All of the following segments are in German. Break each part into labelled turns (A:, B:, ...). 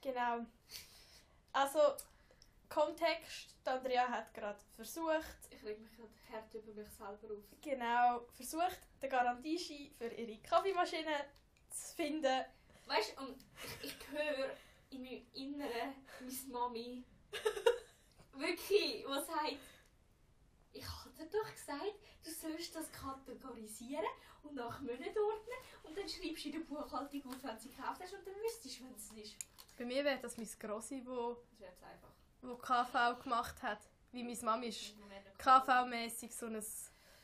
A: Genau. Also, Kontext. Die Andrea hat gerade versucht,
B: Ich reg mich gerade hart über mich selber auf.
A: genau, versucht, den Garantieschein für ihre Kaffeemaschine zu finden.
B: Weißt du, und ich, ich höre in meinem Inneren meine Mami wirklich, was sagt, ich hatte doch gesagt, du sollst das kategorisieren und nach Monaten ordnen und dann schreibst du in der Buchhaltung auf, wenn du sie gekauft hast und dann wüsstest du, wenn es ist.
C: Bei mir wäre das mein Grossi, wo,
B: Das wäre jetzt einfach.
C: wo KV gemacht hat. Wie meine Mami ist KV-mäßig so ein,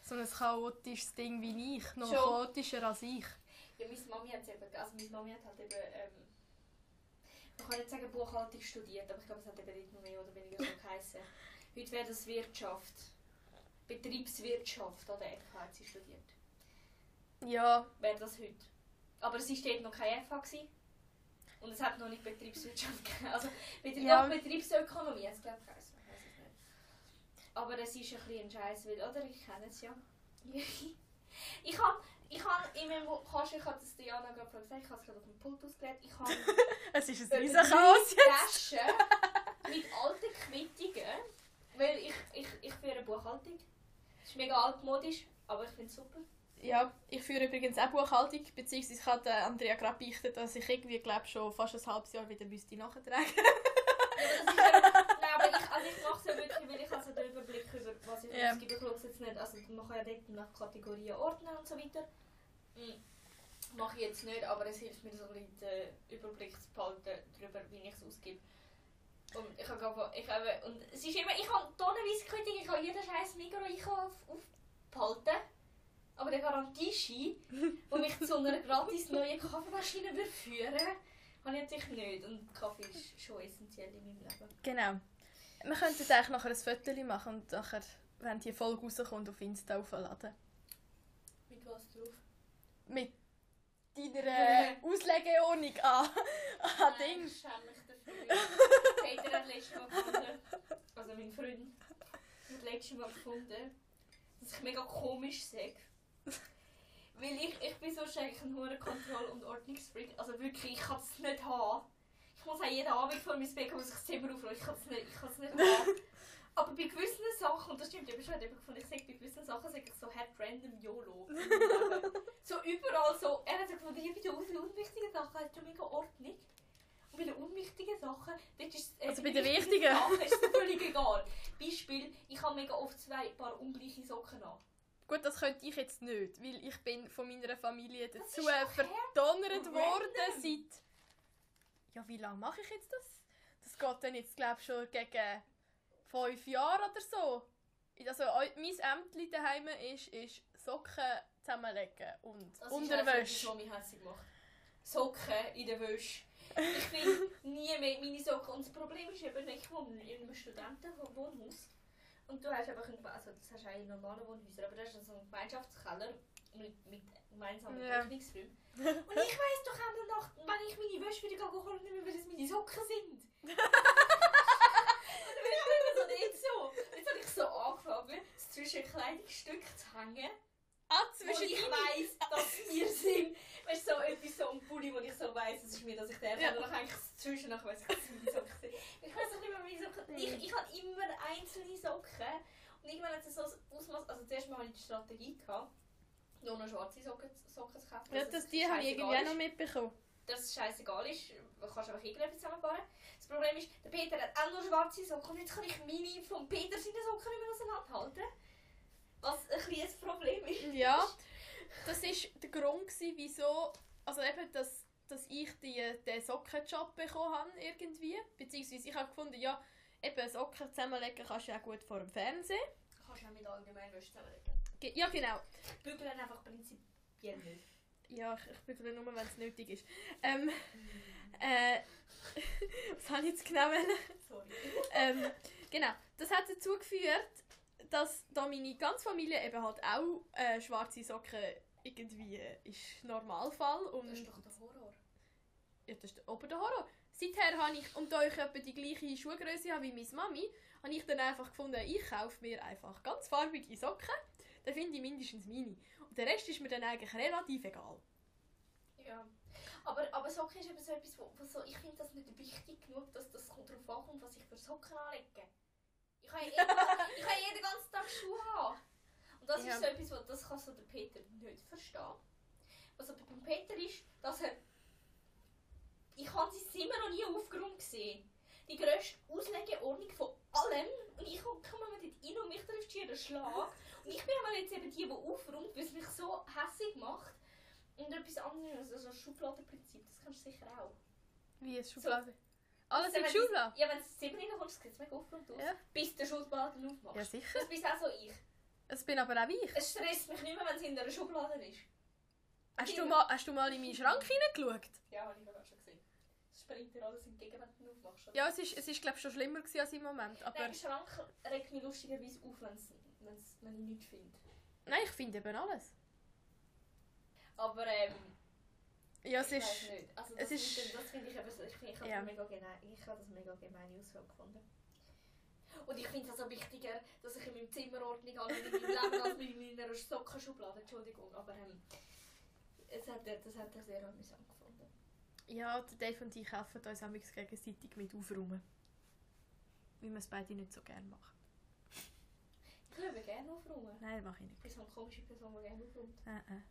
C: so ein chaotisches Ding wie ich. Noch
A: Schon.
C: chaotischer als ich.
B: Ja, meine Mami hat eben, also meine Mami hat halt eben, ähm, man kann nicht sagen Buchhaltung studiert, aber ich glaube, es hat eben nicht nur mehr oder weniger so geheissen. Heute wäre das Wirtschaft. Betriebswirtschaft an der FH hat sie studiert.
C: Ja,
B: Wäre das heute. Aber es war dort noch keine FH. Gewesen. Und es hat noch nicht Betriebswirtschaft gegeben. Also Betrie
C: Ja.
B: doch, Betriebsökonomie hat es glaube ich geheißen. Ich weiss es nicht. Aber es ist ein bisschen ein Scheiß, weil, oder? Ich kenne es ja. ich habe ich hab in meinem Kasten, ich habe das Diana gerade vorhin gesagt, ich habe es gerade auf dem Pult ausgelegt, ich habe
C: es ist ein
B: Über
C: riesen Chaos jetzt.
B: Taschen mit alten Quittungen, weil ich, ich, ich führe eine Buchhaltung. Es ist mega altmodisch, aber ich finde es super.
A: Ja, ich führe übrigens auch Buchhaltung, beziehungsweise hat äh, Andrea gerade beichtet, dass ich irgendwie, glaube schon fast ein halbes Jahr wieder müsste nachtragen.
B: Das ist eben- Nein, aber ich, also ich mache es ja wirklich, weil ich also den Überblick über was ich
C: Ja.
B: ausgebe, ich schaue es jetzt nicht. Also man kann ja dort nach Kategorien ordnen und so weiter. Hm, Mache ich jetzt nicht, aber es hilft mir so ein bisschen den Überblick zu behalten darüber, wie ich es ausgebe. Und ich habe einfach, ich habe, und es ist immer, ich habe tonnenweise Quittung, ich habe jeden scheiß Migros-Einkauf aufbehalten. Aber der Garantieschein, der mich zu einer gratis neuen Kaffeemaschine würde führen, habe ich natürlich nicht. Und Kaffee ist schon essentiell in meinem Leben.
C: Genau. Wir könnten eigentlich nachher ein Foto machen und nachher, wenn die Folge rauskommt, auf Insta aufladen.
B: Mit was drauf?
C: Mit deiner Auslegeordnung an, an Ah, Ding.
B: Ich schäme mich dafür. Peter hat letztes Mal gefunden, also mein Freund, hat letztes Mal gefunden, dass ich mega komisch sage. Weil ich, ich bin so eigentlich ein hoher Kontroll- und Ordnungsfreak. Also wirklich, ich kann es nicht haben. Ich muss auch jeden Abend vor meinem Bett muss ich das Zimmer aufräumen. Ich kann es nicht, ich kann's nicht haben. Aber bei gewissen Sachen, und das stimmt, ich habe schon jemand gefunden, ich sage bei gewissen Sachen sage ich so hat random YOLO. so überall so. Er hat so gefunden, hier bei den unwichtigen Sachen hast du mega Ordnung. Und bei den unwichtigen Sachen, dort ist es- äh,
C: Also bei den wichtigen.
B: Sachen ist es völlig egal. Beispiel, ich habe mega oft zwei paar ungleiche Socken an.
C: Gut, das könnte ich jetzt nicht, weil ich bin von meiner Familie
B: ist
C: dazu
B: doch her-
C: verdonnert
B: random.
C: worden seit... Ja, wie lange mache ich jetzt das? Das geht dann jetzt, glaube ich, schon gegen fünf Jahre oder so. Also eu- mein Ämtchen daheim ist, ist Socken zusammenlegen und
B: Das
C: Unterwäsche.
B: Das mich hässlich gemacht. Socken in der Wäsche. Ich finde nie mehr meine Socken. Und das Problem ist eben, ich wohne in einem Studentenwohnhaus. Und du hast einfach einen, also das hast du auch in normalen Wohnhäusern, aber du hast so einen Gemeinschaftskeller mit, mit gemeinsamen
C: Ja.
B: Öffnungsräumen. Und ich weiss doch auch in der Nacht, wenn ich meine Wäsche wieder holen nicht mehr, weil es meine Socken sind. Und dann bin ich so nicht so. Und Jetzt habe ich so angefangen, es zwischen Kleidungsstücken zu hängen
C: Ah,
B: zwischen ich weiss, dass wir sind. Weißt du, so etwas so ein Pulli, wo ich so weiss, es ist mir, dass ich den
C: Ja.
B: ja. dann eigentlich zwischen ich weiss, ich dass meine Socken sind. Ich weiss auch nicht mehr, meine Socken
C: Mhm.
B: Ich, ich habe immer einzelne Socken. Und irgendwann hat es so ein Ausmaß. Also, zuerst mal hatte ich die Strategie, gehabt, nur noch schwarze Socken, Socken zu kaufen. Also,
C: Ja,
B: dass
C: das,
B: es
C: die habe ich
B: scheißegal
C: irgendwie auch
B: ist
C: noch mitbekommen.
B: dass es scheißegal ist, du kannst einfach irgendetwas zusammenfahren. Das Problem ist, der Peter hat auch nur schwarze Socken und jetzt kann ich meine von Peter seine Socken nicht mehr auseinanderhalten. Was ein kleines Problem ist.
C: Ja, das war der Grund, gewesen, wieso, also eben, dass, dass ich die, den Sockenjob bekommen habe irgendwie. Beziehungsweise ich habe gefunden, ja, eben Socken zusammenlegen kannst du ja auch gut vor dem Fernsehen.
B: Kannst du auch mit allgemein Wäsche
C: Ge ja, genau.
B: Bügeln einfach prinzipiell nicht.
C: Ja, ich, ich bin nur, wenn es nötig ist. Ähm, äh, was habe ich jetzt genau wollen?
B: Sorry.
C: ähm, genau, das hat dazu geführt, dass da meine ganze Familie eben halt auch äh, schwarze Socken irgendwie äh, ist Normalfall und
B: Das ist doch der Horror.
C: ja, das ist oben der Horror. Seither habe ich, und da ich etwa die gleiche Schuhgröße habe wie meine Mami, habe ich dann einfach gefunden, ich kaufe mir einfach ganz farbige Socken, dann finde ich mindestens meine. Und der Rest ist mir dann eigentlich relativ egal.
B: Ja. Aber, aber Socken ist eben so etwas, wo, wo so, ich finde das nicht wichtig genug, dass das kommt darauf ankommt, was ich für Socken anlege. Ich kann ja jeden, ich kann ja jeden ganzen Tag Schuhe haben. Und das
C: Ja.
B: ist so etwas, wo, das kann so der Peter nicht verstehen. Was aber beim Peter ist, dass er... Ich habe sein Zimmer noch nie aufgeräumt gesehen. Die grösste Auslegeordnung von allem. Und ich komme mal dort rein und mich trifft jeder Schlag. Und ich bin aber jetzt eben die, die aufräumt, weil es mich so hässig macht. Und etwas anderes, also so ein Schubladenprinzip, das kannst du sicher auch.
C: Wie ist Schublade? Alles
B: Also
C: in die
B: wenn du-
C: Schublade?
B: Ja, wenn du ins Zimmer reinkommst, sieht es mega aufgeräumt aus.
C: Ja.
B: Bis du den Schubladen aufmachst.
C: Ja, sicher.
B: Das bist auch so ich.
C: Es bin aber auch ich.
B: Es stresst mich nicht mehr, wenn es hinter einer Schublade ist.
C: Hast du mal, hast du mal in meinen Schrank hineingeschaut?
B: Ja, habe ich ja schon gesehen. Es springt dir alles entgegen, wenn du ihn aufmachst. oder?
C: Ja, es ist, es ist glaube ich, schon schlimmer gewesen als im Moment. Aber
B: Nein, der Schrank regt mich lustigerweise auf, wenn's, wenn's, wenn ich nichts finde.
C: nein, ich finde eben alles.
B: Aber ähm,
C: Ja, es
B: ich weiss
C: ist...
B: nicht. Also,
C: es
B: das
C: ist-
B: mit dem- das finde ich eben so. Ich, finde- ich habe
C: Ja.
B: das mega gene- ich habe das mega gemeine Auswahl gefunden. Und ich finde es also wichtiger, dass ich in meinem Zimmer Ordnung habe und in meinem Leben als in meiner Sockenschublade. Entschuldigung, aber ähm, es hat er, das hat er sehr amüsant gefunden.
C: Ja, der Dave und ich helfen uns auch gegenseitig mit aufräumen. Weil wir es beide nicht so gerne machen.
B: Ich würde gerne aufräumen.
C: Nein, das mache ich nicht.
B: Ich bin so eine komische Person, die gerne aufräumt.
C: Äh, äh.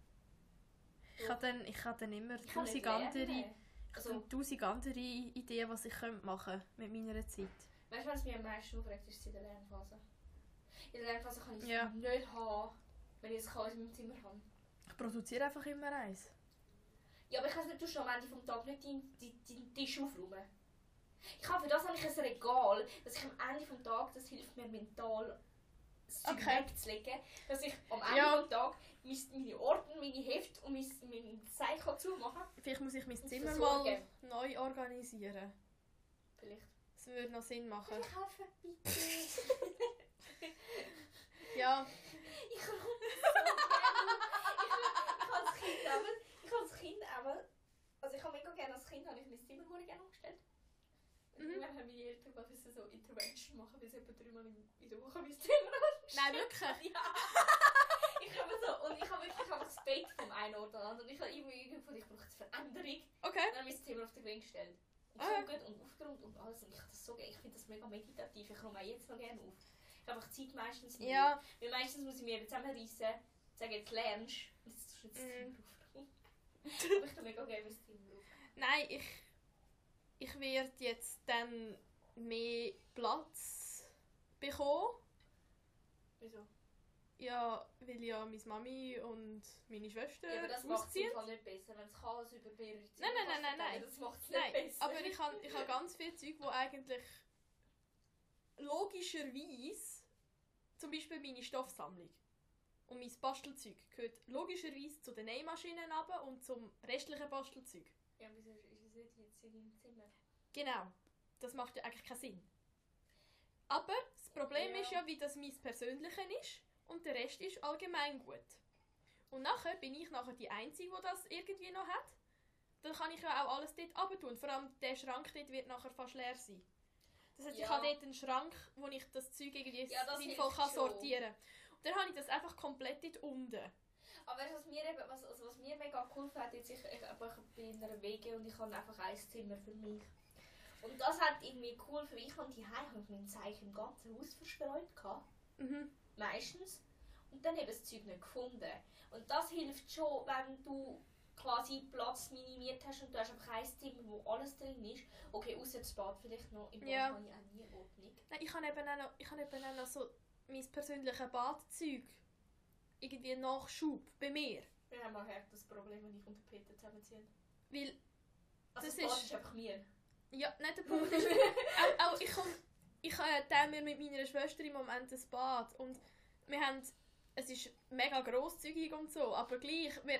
C: Ich habe dann, ich habe dann immer
B: Ich kann nicht
C: tausend andere...
B: lernen.
C: Also,
B: Also,
C: tausend andere Ideen, was ich könnte machen mit meiner Zeit.
B: weißt du, was mich am meisten aufregt, ist es in der Lernphase. In der Lernphase kann ich es
C: Ja.
B: nicht haben, wenn ich es Chaos in meinem Zimmer habe.
C: Ich produziere einfach immer eins.
B: Ja, aber ich weiß nicht, du hast am Ende vom Tag nicht deinen dein, dein Tisch aufräumen. Ich habe für das habe ich ein Regal, dass ich am Ende vom Tag, das hilft mir mental, das Zeug
C: Okay.
B: wegzulegen, dass ich am Ende
C: Ja.
B: vom Tag mis- meine Ordnung, meine Hefte und mein, mein Zeichen zumachen kann.
C: Vielleicht muss ich mein
B: Und
C: Zimmer mal
B: versorgen.
C: neu organisieren.
B: Vielleicht.
C: Das würde noch Sinn machen.
B: Ich helfe, bitte.
C: Ja,
B: Ich kann ich als Kind aber ich als Kind aber also ich habe mega gerne als Kind habe ich mein Zimmer hure gerne umgestellt.
C: Mhm.
B: Mhm. Dann haben meine Eltern mal müssen so Intervention machen, bis etwa dreimal in in der Woche mein Zimmer
C: nein, wirklich.
B: ja. Ich habe so und ich habe wirklich ich habe das Bett vom einen Ort an den anderen. Ich habe immer irgendwo ich brauche jetzt Veränderung.
C: Okay.
B: Dann habe ich mein Zimmer auf den Grund gestellt. Und
C: Ah, ja.
B: geschaut und aufgeräumt und alles. Und ich habe das so gerne. Ich finde das mega meditativ. Ich räume auch jetzt noch gerne auf. Ich habe einfach die Zeit meistens nicht.
C: Ja,
B: Weil meistens muss ich mir eben zusammenreissen, sagen, jetzt lernst du. Das ist jetzt
C: Mhm.
B: mhm. Aber ich tue mega gerne mein Zimmer auf.
C: nein, ich, ich werde jetzt dann mehr Platz bekommen.
B: Wieso?
C: Ja, weil ja meine Mami und meine Schwester
B: Ja, aber das macht es
C: ausziehen.
B: im Fall nicht besser, wenn es Chaos über mehrere Zimmer
C: Nein, nein, nein, nein,
B: verteilt,
C: nein.
B: Das macht es nicht
C: Nein,
B: besser.
C: aber ich habe ich hab ganz viele Zeug, die eigentlich logischerweise, zum Beispiel meine Stoffsammlung und mein Bastelzeug, gehört logischerweise zu den Nähmaschinen runter und zum restlichen Bastelzeug.
B: Ja, wieso ist es nicht jetzt in deinem Zimmer?
C: Genau. Das macht ja eigentlich keinen Sinn. Aber das Problem
B: Ja.
C: ist ja, wie das mein Persönliche ist und der Rest ist allgemein gut. Und nachher bin ich nachher die Einzige, die das irgendwie noch hat. Dann kann ich ja auch alles dort runter tun. Vor allem der Schrank dort wird nachher fast leer sein. Das heißt, ich
B: Ja.
C: habe dort einen Schrank, wo ich das Zeug irgendwie
B: Ja, das
C: sinnvoll
B: hilft
C: kann
B: schon.
C: sortieren kann. Und dann habe ich das einfach komplett dort unten.
B: Aber weißt du, was mir, eben, was, also was mir mega cool fand, jetzt ich, ich, aber ich bin in einer WG und ich habe einfach ein Zimmer für mich. Und das hat irgendwie cool für mich, und die habe mein Zeichen im ganzen Haus verstreut. Gehabt.
C: Mhm.
B: meistens. Und dann eben das Zeug nicht gefunden. Und das hilft schon, wenn du quasi Platz minimiert hast und du hast einfach ein Zimmer, wo alles drin ist. Okay, außer das Bad vielleicht noch. Im Bad
C: Ja.
B: habe ich auch nie Ordnung.
C: Nein, ich habe eben auch noch, ich habe eben auch noch so mein persönliches Badzeug. Irgendwie Nachschub bei mir.
B: Wir haben auch echt das Problem, wenn ich und der Peter zusammenziehe.
C: Weil,
B: Also
C: Das
B: das, Bad
C: ist-
B: ist, einfach mir.
C: ja, nicht der Punkt ist, auch, auch ich komme, ich äh, teile mir mit meiner Schwester im Moment ein Bad und wir haben, es ist mega grosszügig und so, aber gleich, wir,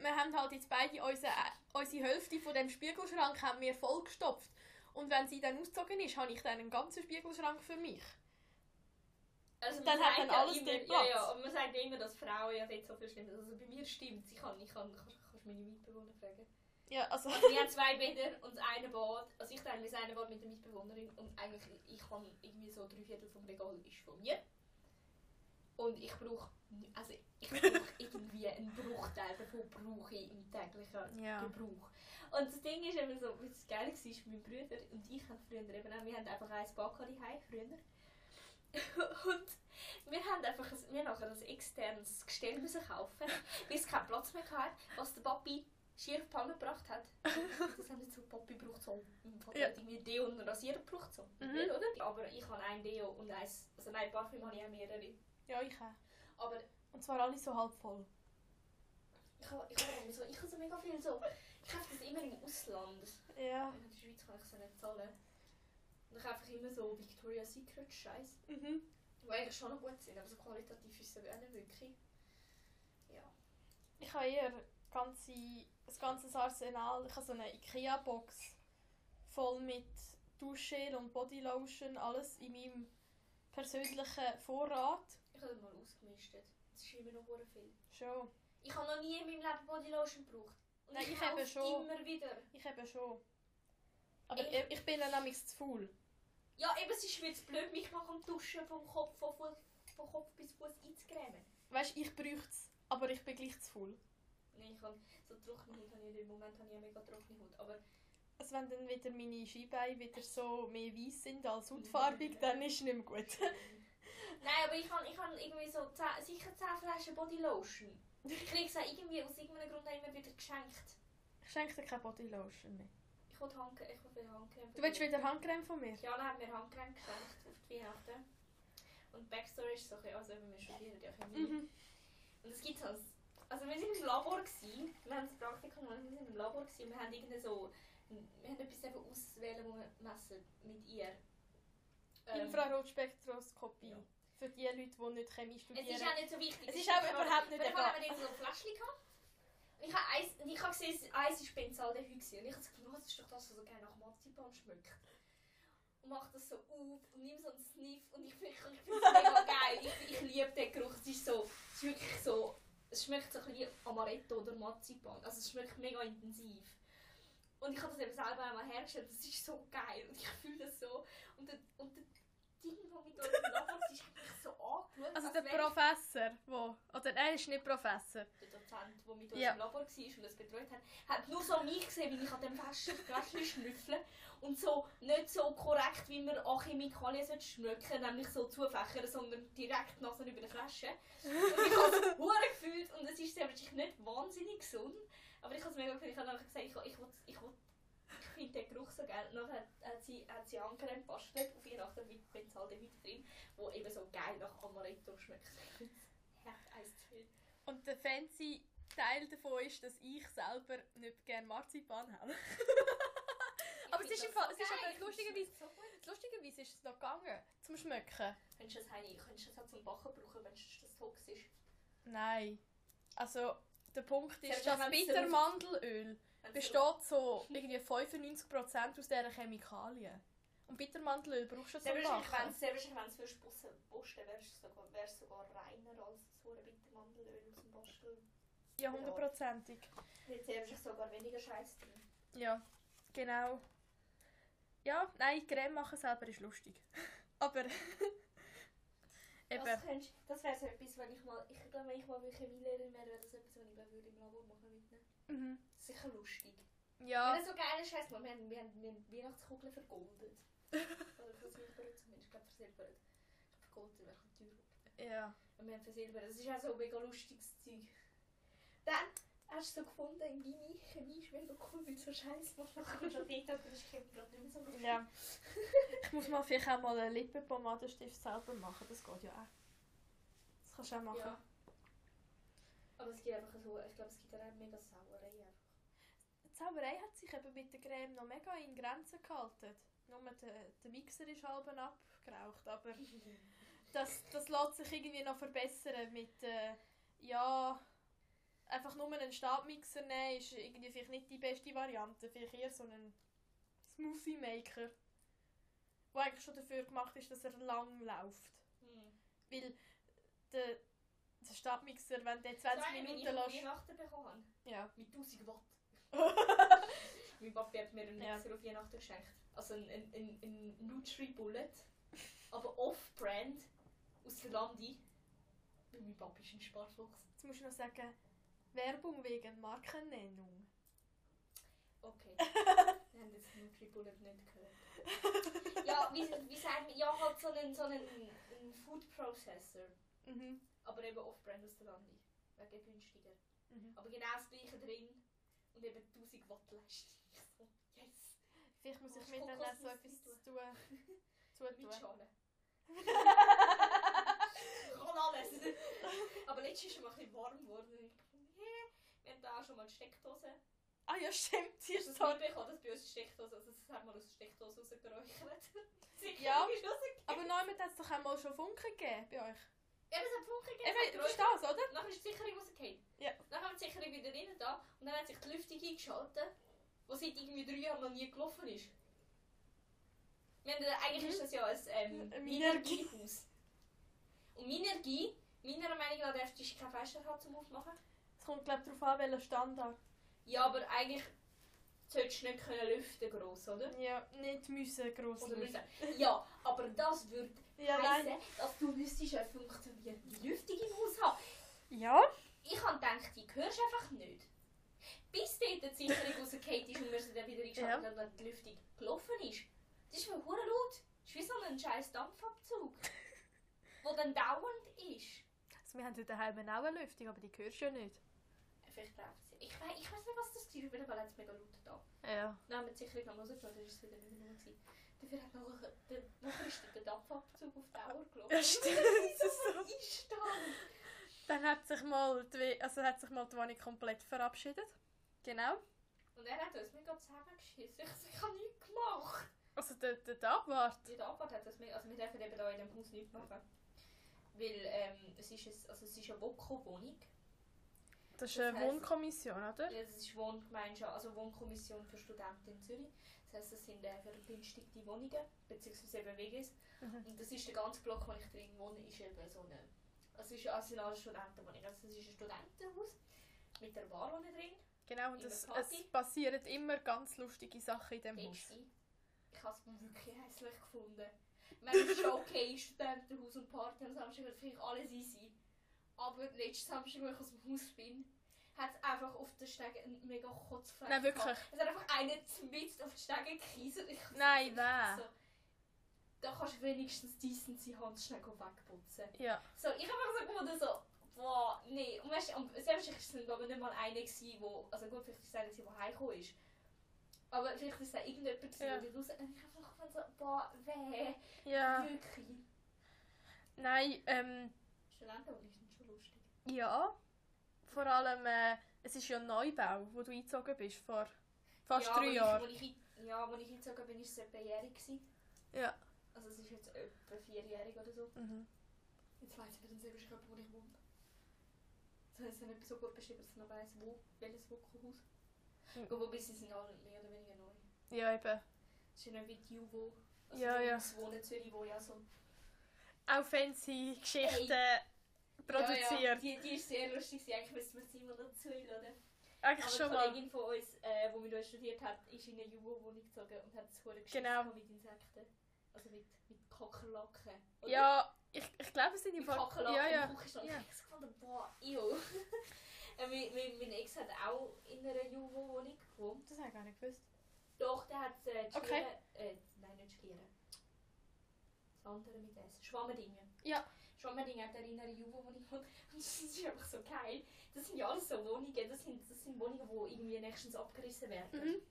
C: wir haben halt jetzt beide unsere, äh, unsere Hälfte von dem Spiegelschrank haben wir vollgestopft und wenn sie dann ausgezogen ist, habe ich dann einen ganzen Spiegelschrank für mich.
B: Also
C: Und dann
B: man
C: hat
B: sagt
C: dann alles
B: immer,
C: dort
B: ja, ja,
C: Platz.
B: aber man sagt ja immer, dass Frauen ja dort so viel schlimmer sind. Also bei mir stimmt es. Ich kann, ich kann, kannst, kannst meine Mitbewohner fragen.
C: Ja, also,
B: Also wir haben zwei Bäder und das eine Bad, also ich teile mir das eine Bad mit der Mitbewohnerin und eigentlich ich kann irgendwie so drei Viertel vom Regal ist von mir. Und ich brauche, also ich brauche irgendwie einen Bruchteil davon brauche ich im täglichen
C: Ja.
B: Gebrauch. Und das Ding ist eben so, was geil war, ist mein Bruder und ich haben früher eben auch, wir haben einfach ein Backeli heim früher. und wir haben einfach ein, wir haben nachher ein externes Gestell müssen kaufen, weil es keinen Platz mehr hatte, was der Papi schier auf die Palme gebracht hat. Das haben wir so, Papi braucht so, mein Vater
C: Ja.
B: hat irgendwie Deo und einen Rasierer gebraucht so.
C: Mhm.
B: Nicht, oder? Aber ich habe ein Deo und eins, also nein, Parfüm habe ich auch mehrere.
A: Ja, ich auch.
B: Aber
A: Und zwar alle so halb voll.
B: ich habe ich hab immer so, ich habe so mega viel so, ich kaufe das immer im Ausland.
A: Ja.
B: In der Schweiz kann ich es ja nicht zahlen. Und ich kaufe immer so Victoria's Secret Scheiß,
A: Mhm.
B: die eigentlich schon noch gut sind, aber so qualitativ ist es ja auch nicht wirklich. Ja.
A: Ich habe eher ganze, das ganze Arsenal. Ich habe so eine Ikea-Box voll mit Duschgel und Bodylotion, alles in meinem persönlichen Vorrat.
B: Ich habe das mal ausgemistet. Es ist immer noch hure viel.
A: Schon.
B: Ich habe noch nie in meinem Leben Bodylotion gebraucht. Und
A: Nein,
B: ich,
A: ich eben
B: kaufe
A: schon.
B: immer wieder.
A: Ich eben schon. Aber
B: Ich-
A: ich, ich bin dann nämlich zu faul.
B: Ja, eben, es ist mir jetzt blöd, mich nach dem Duschen vom Kopf, von, Fuß, von Kopf bis Fuß einzucremen.
A: Weißt du, ich bräuchte es, aber ich bin gleich zu faul.
B: Nein, ich habe so trockene Haut, habe ich nicht. im Moment habe ich eine mega trockene Haut, aber
A: Also wenn dann wieder meine Skibeine wieder so mehr weiß sind als hautfarbig, dann ist es nicht mehr gut.
B: Nein, aber ich habe ich hab irgendwie so 10, sicher 10 Flaschen Bodylotion. Ich kriege sie irgendwie aus irgendeinem Grund auch immer wieder geschenkt.
A: Ich schenke dir keine Bodylotion mehr.
B: Ich will Handcreme, ich will wieder Handcreme.
A: Du willst wieder Handcreme von mir?
B: Jana hat mir Handcreme geschenkt auf die Weihnachten. Und die Backstory ist so ein bisschen, also eben, wir studieren ja Chemie.
A: Mhm.
B: Und es gibt halt, also wir sind im Labor gewesen, wir haben das Praktikum gemacht, wir sind im Labor gewesen und wir haben irgendwie so, wir haben etwas einfach auswählen, wo wir messen mit ihr. Ähm,
A: Infrarotspektroskopie.
B: ja.
A: Für die Leute, die nicht Chemie
B: Es ist halt
A: studieren.
B: auch nicht so wichtig.
A: Es ist auch überhaupt nicht
B: egal. Ich habe
A: egal.
B: eben so ein Fläschchen gehabt. Und ich habe eins, und ich habe gesehen, dass eins ist Benzaldehyd gewesen. Und ich habe gedacht, oh, das ist doch das, was so gerne nach Marzipan schmeckt. Und mache das so auf und nehme so einen Sniff und ich finde ich finde es mega geil. Ich, ich liebe den Geruch. Es ist so, es ist wirklich so, es schmeckt so ein bisschen Amaretto oder Marzipan. Also es schmeckt mega intensiv. Und ich habe das eben selber einmal hergestellt. Das ist so geil und ich fühle das so. Und der, und der Ding, der mit uns im Labor war, ist eigentlich so angeschaut.
C: Also
B: als
C: der
B: wäre ich
C: Professor, wo Oder er ist nicht Professor.
B: der Dozent, der mit uns
C: Ja.
B: im Labor war und uns betreut hat, hat nur so mich gesehen, wie ich an dem Fläschchen Fläschchen schnüffle und so nicht so korrekt, wie man an Chemikalien sollte schmecken, nämlich so zufächern, sondern direkt nachher über die Flasche. Und ich habe es hure gefühlt und es ist wahrscheinlich nicht wahnsinnig gesund, aber ich habe es mega gefühlt. Ich habe nachher gesagt, ich, will- ich, will- ich, will- ich finde den Geruch so geil. Und nachher hat, hat sie, hat sie Handcreme gebastelt auf Weihnachten mit Benzaldehyd halt drin, wo eben so geil nach Amaretto schmeckt. Herd eins zu viel.
C: Und der fancy Teil davon ist, dass ich selber nicht gerne Marzipan habe. Aber es ist im Fall- es ist aber lustigerweise- Lustigerweise ist es noch gegangen, zum Schmecken.
B: Könntest du das Heini, könntest du das auch zum Backen brauchen, wenn es das Tox ist?
C: Nein. Also, der Punkt
B: Selbst
C: ist, das
B: wenn es so-
C: Bittermandelöl
B: Wenn's
C: besteht so irgendwie 95% aus dieser Chemikalien. Und Bittermandelöl brauchst du
B: Sehr
C: zum
B: wahrscheinlich, wenn
C: Backen.
B: es- sehr wahrscheinlich, wenn es würdest Bussen posten, wärst du sogar, wär's sogar reiner als so ein bitter Mandelöl aus dem Basteln.
C: Ja, hundertprozentig.
B: Jetzt sehr wahrscheinlich sogar weniger Scheiß drin.
C: Ja, genau. Ja, nein, Creme machen selber ist lustig. Aber... eben.
B: Das, könntest, das wäre so etwas, wenn ich mal, ich glaube, wenn ich mal Chemielehrerin wäre, wäre das etwas, was ich glaub, würde im Labor machen mitnehmen.
C: Mhm.
B: Sicher lustig. Ja.
C: Ja,
B: Wenn so geile Scheiß macht, wir haben, wir haben, wir haben Weihnachtskugeln vergoldet. Oder versilbert zumindest, ich glaube versilbert. Ich glaube vergoldet wäre ein bisschen teurer.
C: ja.
B: Und wir haben versilbert. Das ist auch so ein mega lustiges Zeug. Dann hast du so gefunden, in deine Chemie ist mega cool, weil so scheiße macht. Dann kommst du auf jeden Tag, dann ist Chemie gerade nicht mehr so lustig.
A: Ja. Ich muss mal vielleicht auch mal einen Lippenpomadenstift selber machen. Das geht ja auch. Das kannst du auch machen.
B: Ja. Aber es gibt einfach so, ich glaube, es gibt auch mega Sauerei. einfach.
A: Die Zauberei hat sich eben mit der Creme noch mega in Grenzen gehalten. Nur der, der Mixer ist halb abgeraucht, aber das, das lässt sich irgendwie noch verbessern mit, äh, ja, einfach nur einen Stabmixer nehmen ist irgendwie vielleicht nicht die beste Variante, vielleicht eher so einen Smoothie Maker, der eigentlich schon dafür gemacht ist, dass er lang läuft.
B: Hm.
A: Weil der, der Stabmixer, wenn der 20
B: So eine, wie
A: Minuten
B: ich
A: lässt,
B: an Weihnachten bekommen habe.
A: ja,
B: Mit 1000 Watt. mein Papi hat mir einen
A: Ja.
B: Mixer auf Weihnachten geschenkt. Also ein, ein, ein, ein Nutri-Bullet. Aber off-brand. Aus der Landi. Mein Papi ist ein Sparfuchs.
A: Jetzt musst du noch sagen, Werbung wegen Markennennung.
B: Okay. Wir haben jetzt Nutri Bullet nicht gehört. ja, wie, wie sagt man? Ja, halt so einen, so einen, einen Food Processor.
A: Mhm.
B: Aber eben off-brand aus der Lande. Wegen günstiger.
A: Mhm.
B: Aber genau das gleiche drin. Und eben 1000 Watt Leistung. Ich so, yes.
A: Vielleicht muss ich
B: Hast du
A: mir dann auch
B: Oh, Kokosnuss
A: so etwas zu
B: reintun?
A: tun.
B: Mit
A: zutun.
B: Schale. Kann alles. Aber letztens ist es mal ein bisschen warm geworden. Und ich dachte, hä? Wir haben da auch schon mal eine Steckdose.
A: Ah ja, stimmt, hier
B: Ist das
A: ist so.
B: Liebe? Ich habe das bei uns eine Steckdose. Also das haben wir aus der Steckdose rausgeräuchert. Sicher
A: Ja.
B: ist rausgekommen.
A: Aber neumann hat es doch auch mal schon Funken gegeben bei euch.
B: Eben, es hat Funken gegeben. es hat
A: Eben, du
B: geräuchert.
A: verstehst, das, oder?
B: Nachher ist die Sicherung rausgefallen.
A: Ja.
B: Nachher haben wir die Sicherung wieder rein da und dann hat sich die Lüftung eingeschaltet, die seit irgendwie drei Jahren noch nie gelaufen ist. Wir haben, eigentlich
A: Mhm.
B: ist das ja ein ähm,
A: Ein Minergie.
B: Minergiehaus. Und Minergie, meiner Meinung nach, darfst du kein Fenster haben zum Aufmachen.
A: Es kommt, glaube ich, darauf an, welcher Standard.
B: Ja, aber eigentlich solltest du nicht können lüften gross, oder?
A: Ja, nicht müssen gross
B: Oder
A: lüften.
B: müssen. Ja, aber das würde
A: Ja,
B: heissen,
A: nein.
B: dass du müsstest eine funktionierende Lüftung im Haus haben.
A: Ja?
B: Ich habe gedacht, die hörst einfach nicht. Bis dort die Sicherung rausgefallen ist und wir sie dann wieder eingeschaltet haben, weil die Lüftung gelaufen ist. Das ist mir hure laut. Das ist wie so ein scheiß Dampfabzug. der dann dauernd ist.
A: Also, wir haben heute daheim auch eine Lüftung, aber die hörst du ja nicht.
B: Vielleicht braucht sie. Ich weiß, ich weiß nicht, was das war, auf jeden Fall hat es mega laut da.
A: Ja.
B: Dann haben wir die Sicherung noch rausgeschaut, dann ist es wieder nicht mehr laut. gewesen. Dafür hat noch, der, noch ist der Dampfabzug auf Dauer gelaufen.
C: Ja, stimmt.
B: Was ist das?
C: Dann hat sich mal die, We- also hat sich mal die Wohnung komplett verabschiedet. Genau.
B: Und er hat uns mega zusammengeschissen. Ich, so, ich habe nichts gemacht.
C: Also der, der Abwart.
B: Die Abfahrt hat das mega, also wir dürfen eben hier in dem Haus nichts machen. Weil ähm, es, ist ein, also es ist eine Woko-Wohnung.
C: Das ist
B: Das
C: eine
B: heisst-
C: Wohnkommission, oder?
B: Ja, das ist Wohngemeinschaft, also Wohnkommission für Studenten in Zürich. Das heisst, das sind äh, vergünstigte Wohnungen, beziehungsweise eben WGs.
C: Mhm.
B: Und das ist der ganze Block, wo ich drin wohne, ist eben so eine... Also es ist also eine Studentenwohnung. Also es ist ein Studentenhaus mit einer Barwohnung drin.
C: Genau, und
B: Immer
C: es,
B: Party.
C: es passieren immer ganz lustige Sachen in dem Haus.
B: Textil. Ich habe es wirklich hässlich gefunden. Man ist schon okay, Studentenhaus und Party am Samstag wird vielleicht alles easy. Aber letzten Samstag, als ich aus dem Haus bin, hat es einfach auf den Stegen einen mega Kotzfleck
C: Nein, wirklich.
B: gehabt. Es hat einfach einen zumindest auf den Stegen gekieselt. Ich-
C: Nein,
B: ich-
C: wer?
B: So, da kannst du wenigstens decency Hand schnell wegputzen.
C: Ja.
B: So, ich habe einfach so gefunden, so, boah, nee. Und weißt, am selbst ist es glaube ich nicht mal einer gewesen, wo, also gut, vielleicht ist es einer gewesen, der heimgekommen ist. Aber vielleicht ist es auch irgendjemand gewesen,
C: Ja.
B: der wieder raus... Und ich habe einfach gefunden, so, boah, weh,
C: Ja.
B: Mhm. wirklich.
C: Nein, ähm,
B: Studentenwohnung ist schon lustig.
C: ja. Vor allem, äh, es ist ja ein Neubau, wo du eingezogen bist, vor fast
B: ja,
C: drei
B: wo ich-
C: Jahren.
B: wo Ich, hin- ja, als ich hingezogen bin, war es etwa jährig. gewesen.
C: Ja.
B: Also es ist jetzt etwa vierjährig oder so.
C: Mhm.
B: Jetzt weiss ich dann selber schon, wo ich wohne. Das heißt, ich habe so gut beschrieben, dass ich noch weiss, wo, welches Wokohaus.
C: Mhm.
B: Wobei sie sind alle mehr oder weniger neu.
C: Ja, eben.
B: Es ist ja nicht wie die Juvo. Also
C: Ja,
B: ja,
C: ja.
B: ja. Wohnen in Zürich, wo ja so.
C: Auch fancy Geschichten produziert.
B: Ja, ja. Die, die ist sehr lustig. gewesen. Eigentlich müssten wir sie mal dazu einladen.
C: Eigentlich
B: Aber
C: schon
B: die
C: mal.
B: Kollegin von uns, äh, die mit uns studiert hat, ist in eine Juvo-Wohnung gezogen und hat es vorher
C: Genau.
B: mit Insekten. Also mit, mit Kakerlaken. Oder?
C: Ja, ich, ich glaube, es sind im
B: Mit
C: Fall.
B: Kakerlaken
C: Ja,
B: im
C: ja.
B: Küchenstand.
C: Ja.
B: Ich habe gefunden, boah, ew. Äh, mein, mein, mein Ex hat auch in einer Juvo-Wohnung gewohnt.
A: Das habe ich gar nicht gewusst.
B: Doch, der hat äh, die
A: Okay.
B: Schlieren- äh, nein, nicht Schlieren. Das andere mit S. Schwammerdinge.
A: Ja.
B: Schwammerdinge hat er in einer Jugendwohnung gewohnt. Und das ist einfach so geil. Das sind ja alles so Wohnungen. Das sind, das sind Wohnungen, die irgendwie nächstens abgerissen werden.
A: Mhm.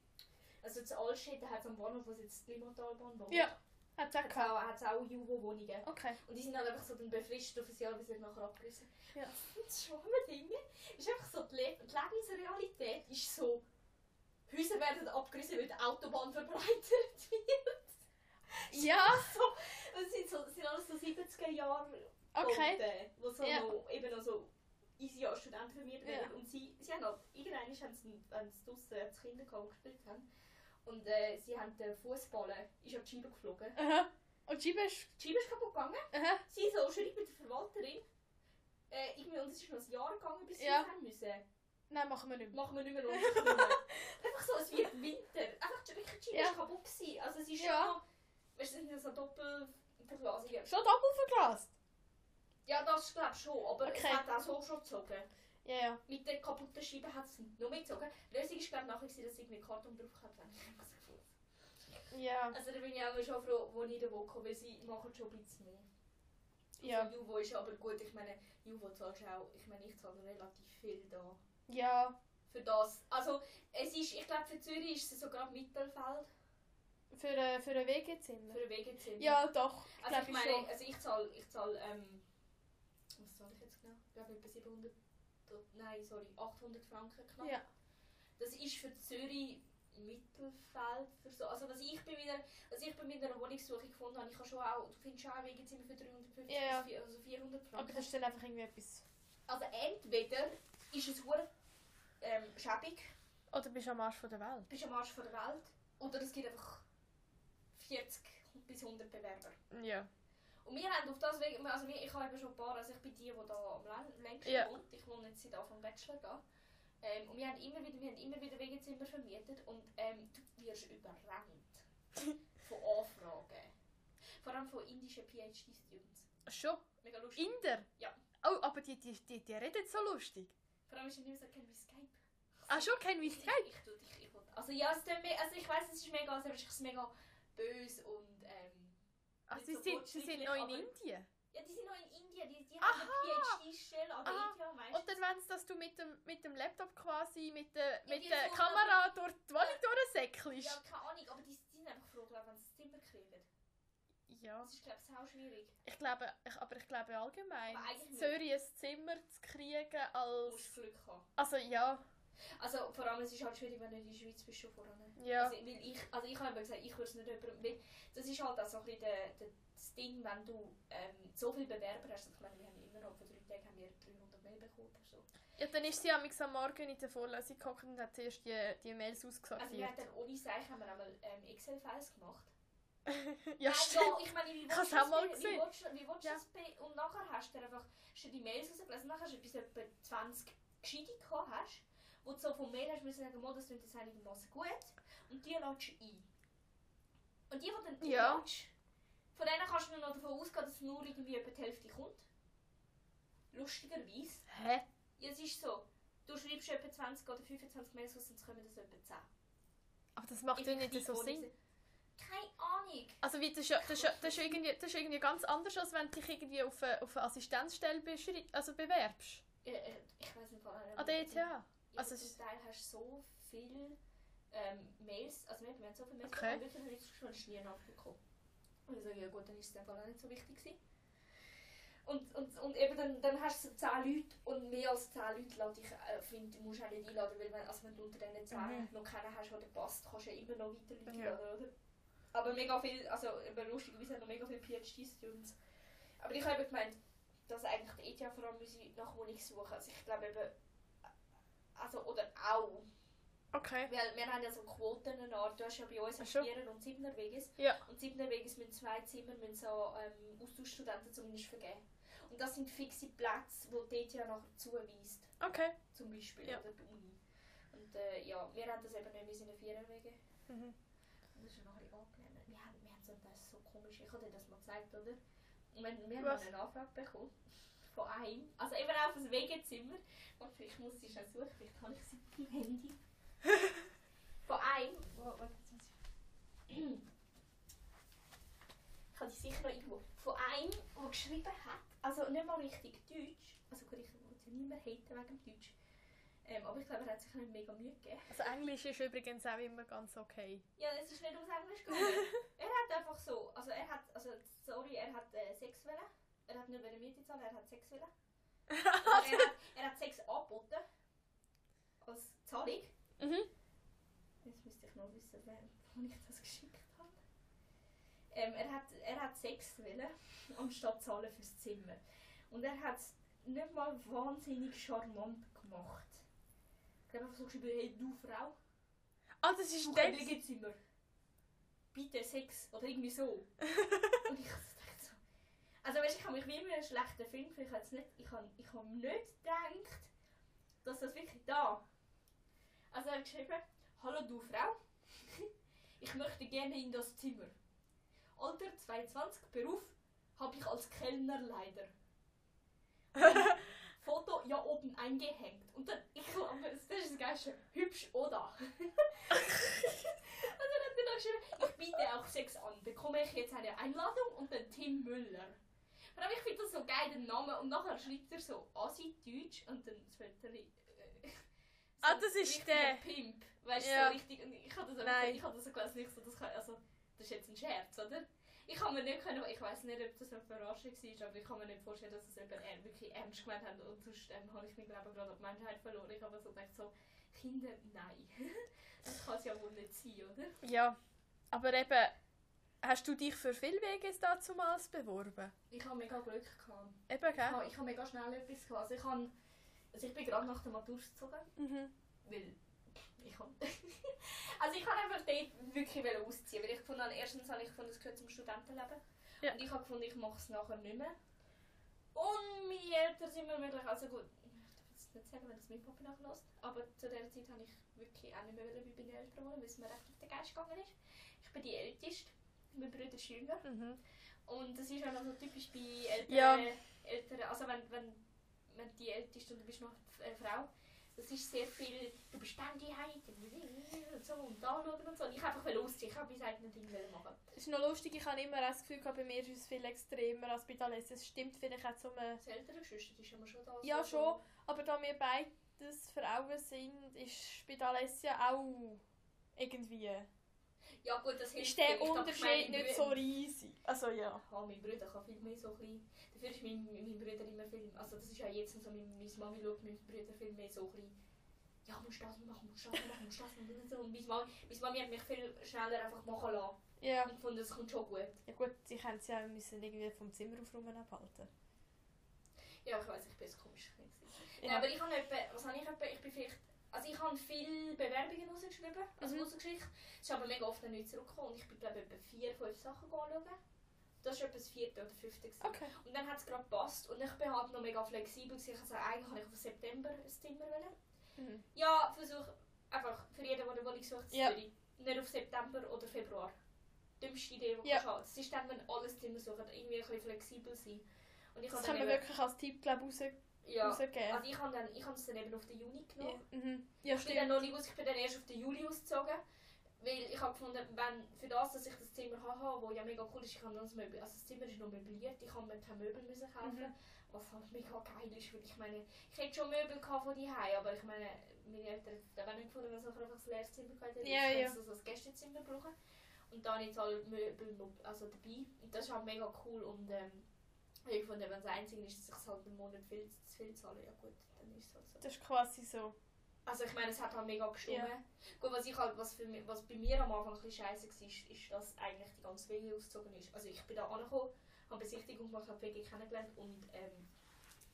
B: Also das Altstädt, da hat es am Bahnhof, wo es jetzt die Limotalbahn wohnt.
A: Ja. Hat es auch
B: Hat
A: gehabt.
B: auch, hat's auch Jugendwohnungen.
A: Okay.
B: Und die sind halt einfach so dann befristet auf ein Jahr, bis sie nachher abgerissen
A: Ja.
B: Und das Schwammerdinge ist einfach so, die, Le die Lebensrealität ist so, Häuser werden abgerissen, weil die Autobahn verbreitert wird.
A: Ja,
B: So, das sind, so, das sind alles so 70er Jahre
A: okay.
B: Alte, wo so
A: Ja.
B: noch, eben noch so easy als Studenten vermietet
A: Ja.
B: werden. Und sie, sie haben halt, irgendwann haben sie, haben sie draussen als Kinder gehabt und gespielt haben. Und äh, sie haben den Fußballen, ist an die Scheibe geflogen.
A: Aha. Und Jeep ist.
B: Die Scheibe ist kaputt gegangen.
A: Aha.
B: Sie so schreibt mit der Verwalterin. Äh, irgendwie, und es ist noch ein Jahr gegangen, bis sie
A: Ja.
B: ja. haben müssen.
A: Nein, machen wir nicht mehr.
B: Machen wir nicht mehr los. Einfach so, es wird Winter. Einfach die wirklich die Jeep
A: Ja.
B: ist kaputt gewesen. Also es ist
A: Ja.
B: schon noch, weißt du, es sind ja so doppel verglasige.
A: Schon doppelt verglast.
B: Ja, das glaube ich schon, aber
A: Okay.
B: es hat auch so schon gezogen.
A: Ja, ja.
B: Mit der kaputten Scheibe hat es noch mehr gezogen. Die Lösung war glaube ich nachher, dass irgendwie Karton drauf gehabt haben.
A: Ja,
B: Also da bin ich auch schon froh, wo ich da wohne, weil sie machen schon ein bisschen mehr.
A: ja.
B: Also, Juvo ist aber gut, ich meine, Juvo zahlst auch, ich meine, ich zahle relativ viel da.
A: Ja,
B: Für das, also es ist, ich glaube für Zürich ist es sogar Mittelfeld,
A: für, äh, für ein
B: für
A: WG-Zimmer.
B: einen Wegezimmer.
A: Ja, doch.
B: Also
A: glaub
B: ich
A: ich
B: meine,
A: schon.
B: also ich zahle, ich zahle, ähm, was zahle ich jetzt genau? Ich glaube etwa 700, nein, sorry, 800 Franken knapp.
A: Ja.
B: Das ist für Zürich Mittelfeld, für so, also was ich bei meiner, was ich bei meiner Wohnungssuche gefunden habe, ich habe schon auch, du findest schon auch Wegezimmer für 350
A: Ja.
B: bis vier- also 400 Franken.
A: Aber das ist dann einfach irgendwie etwas.
B: Also entweder ist es hure ähm, schäbig,
C: Oder bist du am Arsch von der Welt?
B: bist am Arsch von der Welt, oder es gibt einfach 40 bis 100 Bewerber.
C: Ja.
B: Und wir haben auf das Weg, also wir, ich habe eben schon ein paar, also ich bin die, die da am läng- längsten
C: Ja.
B: wohnt, ich wohne jetzt seit Anfang Bachelor da. Ähm, und wir haben immer wieder, wir haben immer wieder Wegezimmer vermietet und ähm, du wirst überrannt von Anfragen. Vor allem von indischen PhD-Students.
C: Schon.
B: Mega lustig.
C: Inder?
B: Ja.
C: Oh, aber die, die, die, die reden so lustig.
B: Vor allem ist es nicht mehr so, kennen wir Skype.
C: Ah, schon kein
B: Ich, ich,
C: Witz.
B: ich, tu dich- ich, will- also ja, es tut mir, also ich weiß, es ist mega, also es ist mega böse und ähm,
C: Ach,
B: Nicht
C: Ah, sie
B: so
C: sind, sie sind
B: fortschrittlich,
C: noch in
B: aber-
C: Indien.
B: ja, die sind noch in Indien, die, die haben eine PhD-Stelle an der
C: Aha.
B: India, meinst
C: Und dann wollen sie, dass du mit dem, mit dem Laptop quasi, mit der, mit
B: die
C: der
B: Sonne-
C: Kamera durch die Wohnung durchsäckelst.
B: Ja, keine Ahnung, aber die sind einfach froh, glaub, wenn sie das Zimmer kriegen.
C: Ja.
B: Das ist, glaube ich, auch schwierig.
C: Ich glaube, ich, aber ich glaube allgemein,
B: Aber eigentlich nicht.
C: Zürich ein Zimmer zu kriegen
B: Du
C: als...
B: musst Glück haben.
C: Also ja,
B: Also, vor allem, es ist halt schwierig, wenn du in der Schweiz bist, schon voran.
C: ja.
B: Also, weil ich, also ich habe eben gesagt, ich würde es nicht jemandem... Weil das ist halt auch so ein bisschen der, der, das Ding, wenn du ähm, so viele Bewerber hast. Ich meine, wir haben immer noch, vor drei Tagen haben wir 300 Mail bekommen oder so. Also,
C: Ja, dann ist sie amigs am Morgen in der Vorlesung gehockt und hat zuerst die, die Mails
B: Also wir haben
C: ausgesortiert.
B: dann ohne Seich haben wir einmal ähm, Excel-Files gemacht.
C: ja, also,
B: Nein,
C: stimmt.
B: ja, Also, ich meine, wie
C: Ich hab's
B: willst du
C: auch
B: das
C: mal
B: be- wie
C: gesehen.
B: willst du- wie willst du
C: Ja.
B: das be- Und nachher hast du dann einfach schon die Mails rausgelesen, nachher hast du bis etwa 20 Gescheite gehabt, hast, wo du so vom Mail hast müssen sagen, «Mo, das klingt jetzt einigermaßen gut. Und die lädst du ein. Und die, die dann die
C: Ja.
B: lädst, von denen kannst du nur noch davon ausgehen, dass nur irgendwie etwa die Hälfte kommt. Lustigerweise.
C: Hä?
B: Ja, es ist so, du schreibst etwa 20 oder 25 Mails raus und es kommen das etwa 10.
C: Aber das macht ja nicht so Sinn.
B: Keine Ahnung.
C: Also wie, das, ist, ja- das, ist, ja- das, ist irgendwie, das ist irgendwie ganz anders, als wenn du dich irgendwie auf eine, auf eine Assistenzstelle beschrei- also bewerbst.
B: Ja, äh, Ich weiß nicht, woran
C: An Ah, der ETH. Ja,
B: Also
C: Also
B: zum
C: es-
B: Teil hast du so viele ähm, Mails, also wir haben so viele Mails
C: Okay.
B: bekommen, wirklich habe ich schon nie eine Antwort bekommen. Und ich sage, ja gut, dann ist es einfach auch nicht so wichtig gewesen. Und, und, und eben dann, dann hast du so 10 Leute und mehr als 10 Leute lade ich, äh, finde, du musst auch nicht einladen, weil wenn, also wenn du unter diesen 10
C: Mhm.
B: noch keinen hast, der passt, kannst du ja immer noch weiter Leute
C: Ja.
B: einladen, oder? Aber mega viel, also eben lustigerweise haben noch mega viele PhD-Students. Aber ich habe eben gemeint, dass eigentlich die ETH vor allem müsse nach Wohnung suchen. Also ich glaube eben, also oder auch,
C: Okay.
B: weil wir haben ja so Quoten eine Art, du hast ja bei uns
C: Ach so.
B: Vierer- und Siebener-Weges.
C: Ja.
B: Und Siebener-Weges müssen zwei Zimmer müssen so ähm, Austauschstudenten zumindest vergeben. Und das sind fixe Plätze, wo die ETH nachher zuweist,
C: Okay.
B: zum Beispiel,
C: Ja.
B: oder die Uni. Und äh, ja, wir haben das eben nicht müssen in den Vierer-Wege.
C: Mhm.
B: Das ist noch ein bisschen angenehmer. Wir haben, wir haben so das so komisch. Ich habe dir das mal gezeigt, oder? Und wenn wir haben
C: Was?
B: eine Anfrage bekommen von einem, also eben auf ein Wegezimmer. Und vielleicht muss ich schnell suchen, vielleicht habe ich sie auf dem Handy. von einem. Wo, warte, jetzt muss ich. Ich habe die sicher noch irgendwo. Von einem, der geschrieben hat, also nicht mal richtig Deutsch. Also gut, ich wollte ja nicht mehr haten wegen dem Deutsch. Ähm, aber ich glaube, er hat sich nicht mega Mühe gegeben.
C: Also Englisch ist übrigens auch immer ganz okay.
B: Ja, es ist nicht ums Englisch gegangen. er hat einfach so, also er hat, also sorry, er hat äh, Sex wollen. Er hat nicht mehr die Miete zahlen, er hat Sex wollen. Und er, hat, er hat Sex angeboten. Als Zahlung.
C: Mhm.
B: Jetzt müsste ich noch wissen, wem wann ich das geschickt habe. Ähm, er, hat, er hat Sex wollen, anstatt zahlen fürs Zimmer. Und er hat es nicht mal wahnsinnig charmant gemacht. Ich habe einfach so geschrieben, hey du Frau.
C: Ah, das ist
B: Suche ein
C: Text.
B: Liegezimmer. Bitte Sex. Oder irgendwie so. und ich dachte so. Also weißt, ich habe mich wie immer einen schlechten Film weil ich habe nicht, ich habe, ich habe nicht gedacht, dass das wirklich da. Also er hat geschrieben, hallo du Frau, ich möchte gerne in das Zimmer. Alter 22, Beruf habe ich als Kellner leider. Foto ja oben eingehängt. Und dann, ich glaube, das ist das Geilste. Hübsch, oder? und dann hat er noch geschrieben, ich biete auch Sex an. Bekomme ich jetzt eine Einladung und den Tim Müller. Und aber ich finde das so geil, den Namen. Und nachher schreibt er so Asi-Deutsch und dann schreibt er... äh,
C: Ah, das ist
B: richtiger
C: der.
B: Pimp. Weißt du,
C: Ja.
B: so richtig. Und ich habe das,
C: Nein.
B: aber- ich hab das so gelesen, ich so, das, kann, also, das ist jetzt ein Scherz, oder? Ich kann mir nicht können, ich weiß nicht, ob das eine Verarschung war, aber ich kann mir nicht vorstellen, dass es jemand er- wirklich ernst gemeint hat. Und sonst ähm, habe ich mich, glaube ich, gerade an die Menschheit verloren. Ich habe so gedacht, so, Kinder, nein. das kann es ja wohl nicht sein, oder?
C: Ja, aber eben, hast du dich für viele WGs dazumals beworben?
B: Ich habe mega Glück gehabt.
C: Eben,
B: Ich
C: gell?
B: habe- Ich habe mega schnell etwas gehabt. Also ich, habe, also ich bin gerade nach der Matur gezogen.
C: Mhm.
B: weil ich hab- also ich habe einfach dort wirklich wollen ausziehen, weil ich gefunden habe, erstens habe ich gefunden, es gehört zum Studentenleben
C: Ja.
B: und ich habe gefunden, ich mache es nachher nicht mehr. Und meine Eltern sind mir wirklich, also gut, ich darf jetzt nicht sagen, wenn das mein Papa nachlässt, aber zu dieser Zeit habe ich wirklich auch nicht mehr wollen bei meinen Eltern wohnen, weil es mir recht auf den Geist gegangen ist. Ich bin die Älteste, mein Bruder ist jünger
C: Mhm.
B: und das ist halt auch noch so typisch bei älteren,
C: Ja.
B: älteren also wenn, wenn, wenn die älteste und du bist noch eine Frau, das ist sehr viel, du bist Ständigkeit und so und da schauen und so. Und ich einfach will ausziehen, ich habe mein eigenes Ding wollen machen.
A: Es ist noch lustig, ich habe immer auch das Gefühl, gehabt, bei mir ist es viel extremer als bei Thales. Es stimmt vielleicht auch zum... äh,
B: Das ältere Geschwister ist immer schon da.
A: Ja,
B: so-
A: schon. Aber da wir beides Frauen sind, ist bei Thales ja auch irgendwie...
B: Ja gut, das hilft
A: Ist der
B: vielleicht, aber ich
A: Unterschied
B: meine,
A: nicht so riesig? Also ja.
B: Ja, mein Bruder kann viel mehr so klein. Dafür ist mein, mein Bruder immer viel. Also das ist ja jetzt so, mein, meine Mami schaut meinen Bruder viel mehr so klein. Ja, musst das machen, musst das machen, musst das machen. Und so. Und meine Mami, meine Mami hat mich viel schneller einfach machen lassen.
A: Ja.
B: Ich fand, das kommt schon gut.
A: Ja gut, ich hätte sie auch müssen irgendwie vom Zimmer auf rum abhalten.
B: Ja, ich weiß, ich bin ein komisches Kind. gewesen.
A: Ja.
B: Nein, aber ich habe etwa, was habe ich etwa, ich bin vielleicht, also ich habe viele Bewerbungen rausgeschrieben, also
A: Mhm.
B: rausgeschickt. Es ist aber mega oft noch nicht zurückgekommen und ich bin glaube ich etwa vier, fünf Sachen anschauen. Das war etwa das vierte oder fünfte. gewesen.
A: Okay.
B: Und dann hat es gerade gepasst und ich bin halt noch mega flexibel. gewesen. Ich also eigentlich habe ich auf September ein Zimmer wollen.
A: Mhm.
B: Ja, versuch einfach für jeden, der eine Wohnung sucht, zu
A: Ja.
B: Zürich. Nicht auf September oder Februar. Dümmste Idee, die
A: Ja.
B: ja. du hast. Es ist dann, wenn alles Zimmer suchen, irgendwie ein bisschen flexibel sein. Und ich
A: Das
B: habe
A: kann
B: dann
A: man
B: eben,
A: wirklich als Tipp glaub, raus,
B: ja,
A: rausgeben.
B: also ich habe dann, ich habe es dann eben auf den Juni genommen.
A: Ja, mhm. ja
B: Ich bin dann
A: stimmt.
B: noch nicht aus, ich bin dann erst auf den Juli ausgezogen, weil ich habe gefunden, wenn für das, dass ich das Zimmer habe, wo ja mega cool ist, ich habe dann das Möbel, also das Zimmer ist noch möbliert, ich habe mir keine Möbel müssen kaufen,
A: Mhm.
B: was halt mega geil ist, weil ich meine, ich hätte schon Möbel gehabt von daheim, aber ich meine, meine Eltern haben auch nicht gefunden, dass ich einfach ein leeres Zimmer hatte,
A: Ja,
B: ich
A: ja.
B: so so ein Gästezimmer brauchen und dann jetzt halt Möbel noch, also dabei und das ist halt mega cool und ähm, ich habe gefunden, wenn das Einzige ist, dass ich es halt im Monat viel zu viel zahle, ja gut, dann ist es halt so.
A: Das ist quasi so.
B: Also ich meine, es hat halt mega gestummt. Gut, was ich halt, was, für mich, was bei mir am Anfang ein bisschen scheiße war, ist, ist, dass eigentlich die ganze WG ausgezogen ist. Also ich bin da angekommen, habe Besichtigung gemacht, habe die WG kennengelernt und ähm,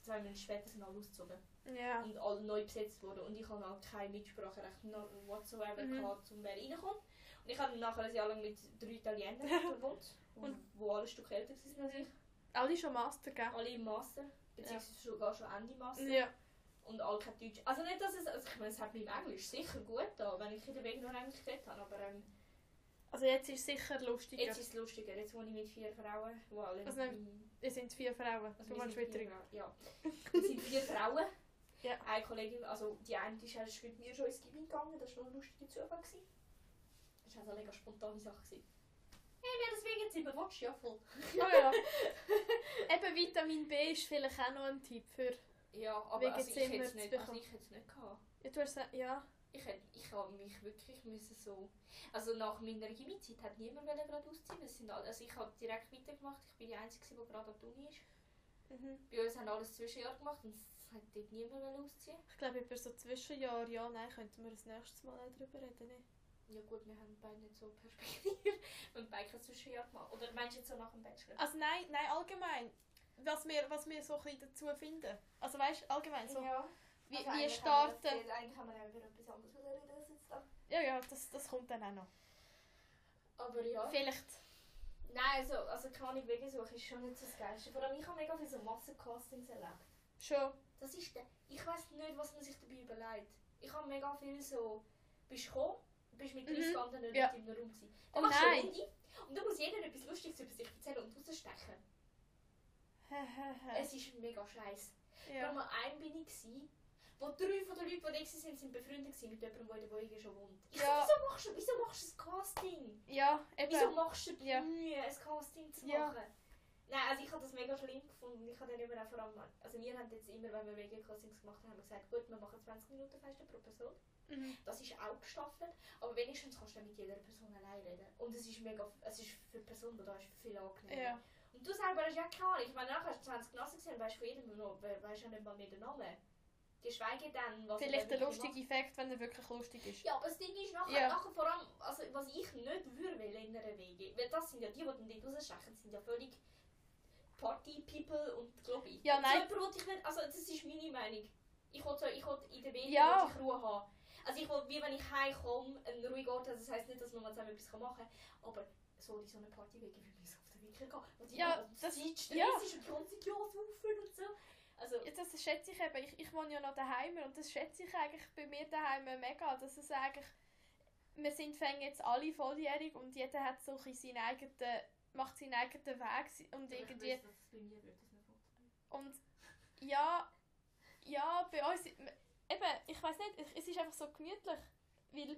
B: zwei Monate später sind alle ausgezogen
A: Ja.
B: und alle neu besetzt wurden und ich habe halt kein Mitspracherecht noch whatsoever
A: Mhm.
B: gehabt, um wer reinkommt. Und ich habe dann nachher ein Jahr lang mit drei Italienern gewohnt,
A: Und-
B: wo alle ein Stück älter waren als ich.
A: Alle schon Master, gell?
B: Alle im Master, beziehungsweise sogar schon Ende Master
A: Ja.
B: und alle kein Deutsch. Also nicht, dass es, also ich meine, es hat meinem Englisch sicher gut da, wenn ich in der Weg noch Englisch geredet habe, aber ähm,
A: Also jetzt ist es sicher lustiger.
B: jetzt ist es lustiger, jetzt wohne ich mit vier Frauen, die alle...
A: Also nein, es sind vier Frauen.
B: also
A: du
B: wir
A: wohnst
B: sind
A: mit
B: vier
A: drei.
B: Frauen, Ja, wir sind vier Frauen.
A: Ja.
B: Eine Kollegin, also die eine ist erst mit mir schon ins Gimmick gegangen, das war noch ein lustiger Zufall. Gewesen. Das war also eine mega spontane Sache. Gewesen. Hey, wir das wegen sieben, willst du? Ja, voll.
A: Oh ja. Eben Vitamin B ist vielleicht auch noch ein Tipp für...
B: Ja,
A: Wegen
B: aber also ich
A: Zimmer
B: hätte es
A: zu
B: nicht, also
A: bekommen.
B: ich hätte es nicht gehabt.
A: Ja, du hast... Ja.
B: Ich, hätt- ich habe mich wirklich müssen so... Also nach meiner Gimmi-Zeit hat niemand wollen gerade ausziehen. Es sind alle, also ich habe direkt weitergemacht. Ich bin die Einzige, gewesen, die gerade an der Uni ist.
A: Mhm.
B: Bei uns haben alles Zwischenjahr gemacht und es hat dort niemand wollen ausziehen.
A: Ich glaube, über so Zwischenjahr, ja, nein, könnten wir das nächste Mal auch drüber reden. ne?
B: Ja gut, wir haben beide nicht so Perspektive. wir haben beide kein Zwischenjahr gemacht. Oder meinst du jetzt so nach dem Bachelor?
A: Also nein, nein, allgemein. Was wir, was wir so ein bisschen dazu finden. Also weißt allgemein so.
B: ja.
A: Wie, wie
B: Also eigentlich haben wir
A: starten.
B: das- Eigentlich haben wir auch über etwas anderes wollen reden als jetzt da.
A: Ja, ja, das, das kommt dann auch noch.
B: Aber ja.
A: Vielleicht.
B: Nein, also, also keine Ahnung, Wegesuche ist schon nicht so das Geilste. Vor allem ich habe mega viele so Massencastings erlebt.
A: Schon.
B: Das ist der. Ich weiß nicht, was man sich dabei überlegt. Ich habe mega viel so. Bist gekommen, bist mit
A: Mhm.
B: 30 anderen
A: Ja.
B: Leuten im Raum gewesen.
A: Oh
B: Dann machst du eine
A: nein.
B: Runde Und dann muss jeder etwas Lustiges über sich erzählen und rausstechen. Es ist mega scheiße. Ja.
C: Ja.
B: Mal ein bin ich gsi, wo drei von den Leuten, die da gewesen sind, sind befreundet gewesen mit jemandem, der in der Wohnung schon wohnt. Ich
C: Ja.
B: so, wieso machst du, wieso machst du das Casting?
C: Ja,
B: Wieso
C: eben.
B: machst du die
C: Ja.
B: Mühe, ein Casting zu
C: Ja.
B: machen? Nein, also ich habe das mega schlimm gefunden. Ich habe dann immer auch vor allem, also wir haben jetzt immer, wenn wir Mega-Castings gemacht haben, haben wir gesagt, gut, wir machen 20 Minuten Feste pro Person.
C: Mhm.
B: Das ist auch gestaffelt, aber wenigstens kannst du dann mit jeder Person allein reden. Und es ist mega, es ist für die Person, die da ist, viel angenehmer.
C: Ja.
B: Und du selber hast ja keine Ahnung. Ich meine, nachher hast du 20 Nassen gesehen, weißt von jedem noch, we- weisst ja nicht mal mehr den Namen. Geschweige denn, was er
C: Vielleicht
B: wirklich
C: ein lustiger
B: macht.
C: Effekt, wenn er wirklich lustig ist.
B: Ja, aber das Ding ist nachher,
C: Ja.
B: nachher vor allem, also, was ich nicht würde wollen in einer WG, weil das sind ja die, die dann dort rausstechen, sind ja völlig Party-People und Globi.
C: Ja,
B: Und
C: nein.
B: So jemand will ich nicht, also das ist meine Meinung. Ich will, so, ich will in der WG
C: Ja.
B: will ich Ruhe haben. Also ich will, wie wenn ich heimkomme, einen ruhigen Ort, also das heisst nicht, dass man mal zusammen etwas machen kann, aber so in so eine Party-WG würde ich so auf den Winkel gehen. Und die
C: Ja,
B: und
C: das-
B: die Stress
C: ja.
B: ist und die ganze Glas rufen und so. Also,
C: Ja, das schätze ich eben. Ich, ich wohne ja noch daheim und das schätze ich eigentlich bei mir daheim mega, dass es eigentlich, wir sind fangen jetzt alle volljährig und jeder hat so ein bisschen seinen eigenen, macht seinen eigenen Weg si- und irgendwie, und ja, ja, bei uns, eben, ich weiß nicht, es- es ist einfach so gemütlich, weil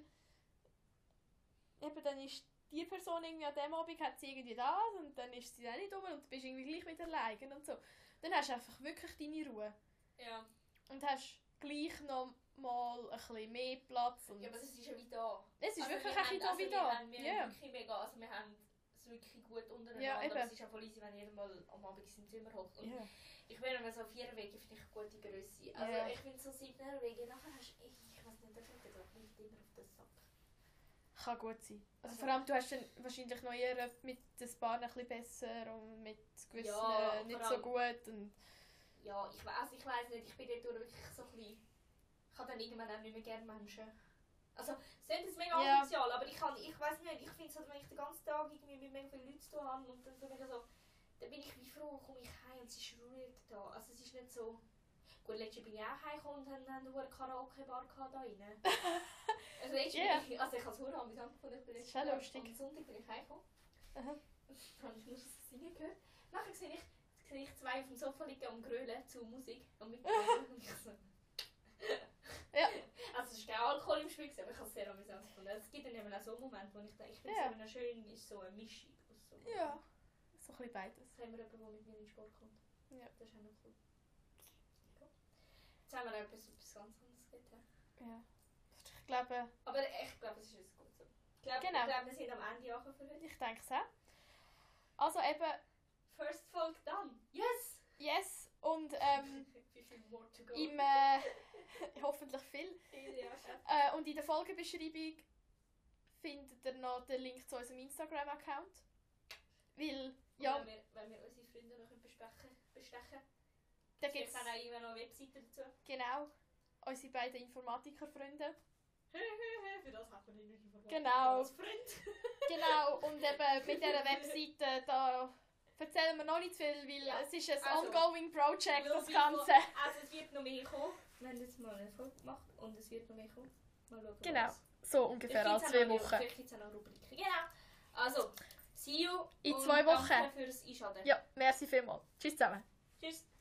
C: eben dann ist die Person irgendwie an dem Abend hat sie irgendwie das und dann ist sie dann nicht oben und du bist irgendwie gleich wieder alleine und so. Dann hast du einfach wirklich deine Ruhe
B: ja.
C: und hast gleich noch mal ein bisschen mehr Platz. Und
B: ja, aber es ist ja wie da.
C: es ist
B: Also
C: wirklich
B: wir
C: ein bisschen da wie
B: haben- also wir
C: da.
B: haben- Wir haben
C: Ja,
B: wirklich mega, also wir haben es wirklich gut untereinander.
C: Ja, eben.
B: aber es ist auch voll easy, wenn jeder mal am Abend in seinem Zimmer hockt. Und
C: Ja.
B: Ich meine, wenn so vier Wege finde ich eine gute Größe. Also
C: Ja.
B: ich finde so siebner Wege, nachher hast du, ich, ich weiß nicht, das geht mir nicht immer auf den Sack.
C: Kann gut sein. Also
B: Also-
C: vor allem, du hast dann wahrscheinlich noch eher mit den Bahnen ein bisschen besser und mit gewissen
B: Ja,
C: nicht
B: vor
C: so
B: allem-
C: gut. Und,
B: Ja, ich weiß, ich weiß nicht, ich bin dort durch wirklich so ein bisschen, ich habe dann irgendwann auch nicht mehr gerne Menschen. Also, es ist jetzt mega
C: Ja.
B: asozial, aber ich, kann, ich weiß nicht, ich finde es halt, wenn ich den ganzen Tag irgendwie mit mega vielen Leuten zu tun habe und dann so mega so, dann bin ich wie froh, komme ich heim und es ist ruhig da. Also es ist nicht so, gut, letztes Jahr bin ich auch heimgekommen und haben dann eine Karaoke-Bar gehabt da rein. also letztes Jahr,
C: Ja.
B: bin ich- also ich habe es verdammt amüsant gefunden, ich bin
C: Das ist
B: letztes
C: auch
B: Jahr
C: lustig.
B: am Sonntag bin ich heimgekommen.
C: Aha.
B: Dann habe ich nur das Singen gehört. Nachher sehe ich sehe ich zwei auf dem Sofa liegen am Grölen zu Musik und mit und ich so.
C: Ja.
B: Also es ist kein Alkohol im Spiel, gewesen, aber ich habe es sehr amüsant gefunden. Es gibt dann eben auch so Momente, wo ich denke, ich finde
C: Ja.
B: es immer noch schön, ist so eine Mischung aus so.
C: ja, so ein bisschen beides.
B: Jetzt haben wir jemanden, der mit mir in den Sport kommt.
C: Ja.
B: Das ist auch noch cool. Ja. Jetzt haben wir auch etwas, etwas ganz anderes getan.
C: Ja. Ich glaube,
B: Aber ich glaube, es ist jetzt gut so. Ich glaube,
C: Genau.
B: ich glaube wir sind am Ende angekommen für heute.
C: ich denke es auch. Also eben,
B: First Folge done. Yes!
C: yes und ähm,
B: Wie viel more to go?
C: im, äh, hoffentlich viel.
B: Ja.
C: Äh, und in der Folgenbeschreibung findet ihr noch den Link zu unserem Instagram-Account. Weil,
B: Ja.
C: ja,
B: Wenn, wir, wenn wir unsere Freunde noch bestechen, bestechen
C: da
B: gibt
C: gibt
B: es
C: es
B: dann auch immer noch eine Webseite dazu.
C: genau unsere beiden Informatikerfreunde.
B: Für das hat man nicht verwandt.
C: Genau.
B: Als Freund.
C: Genau, und eben mit dieser Webseite, da erzählen wir noch nicht zu viel, weil
B: Ja,
C: es ist ein
B: also,
C: ongoing project, das
B: Weil
C: Ganze.
B: wir- Also es wird noch mehr kommen. Wir haben jetzt mal eine Folge gemacht und es wird noch mehr kommen. Mal schauen.
C: Genau.
B: was.
D: So ungefähr
B: Vielleicht
D: alle
B: gibt's
D: zwei
B: auch noch-
D: Wochen.
B: Vielleicht gibt es auch noch Rubriken. Genau. Also, see you.
D: In
B: und
D: zwei Wochen.
B: Danke fürs Einschalten.
D: Ja, merci vielmals. Tschüss zusammen.
B: Tschüss.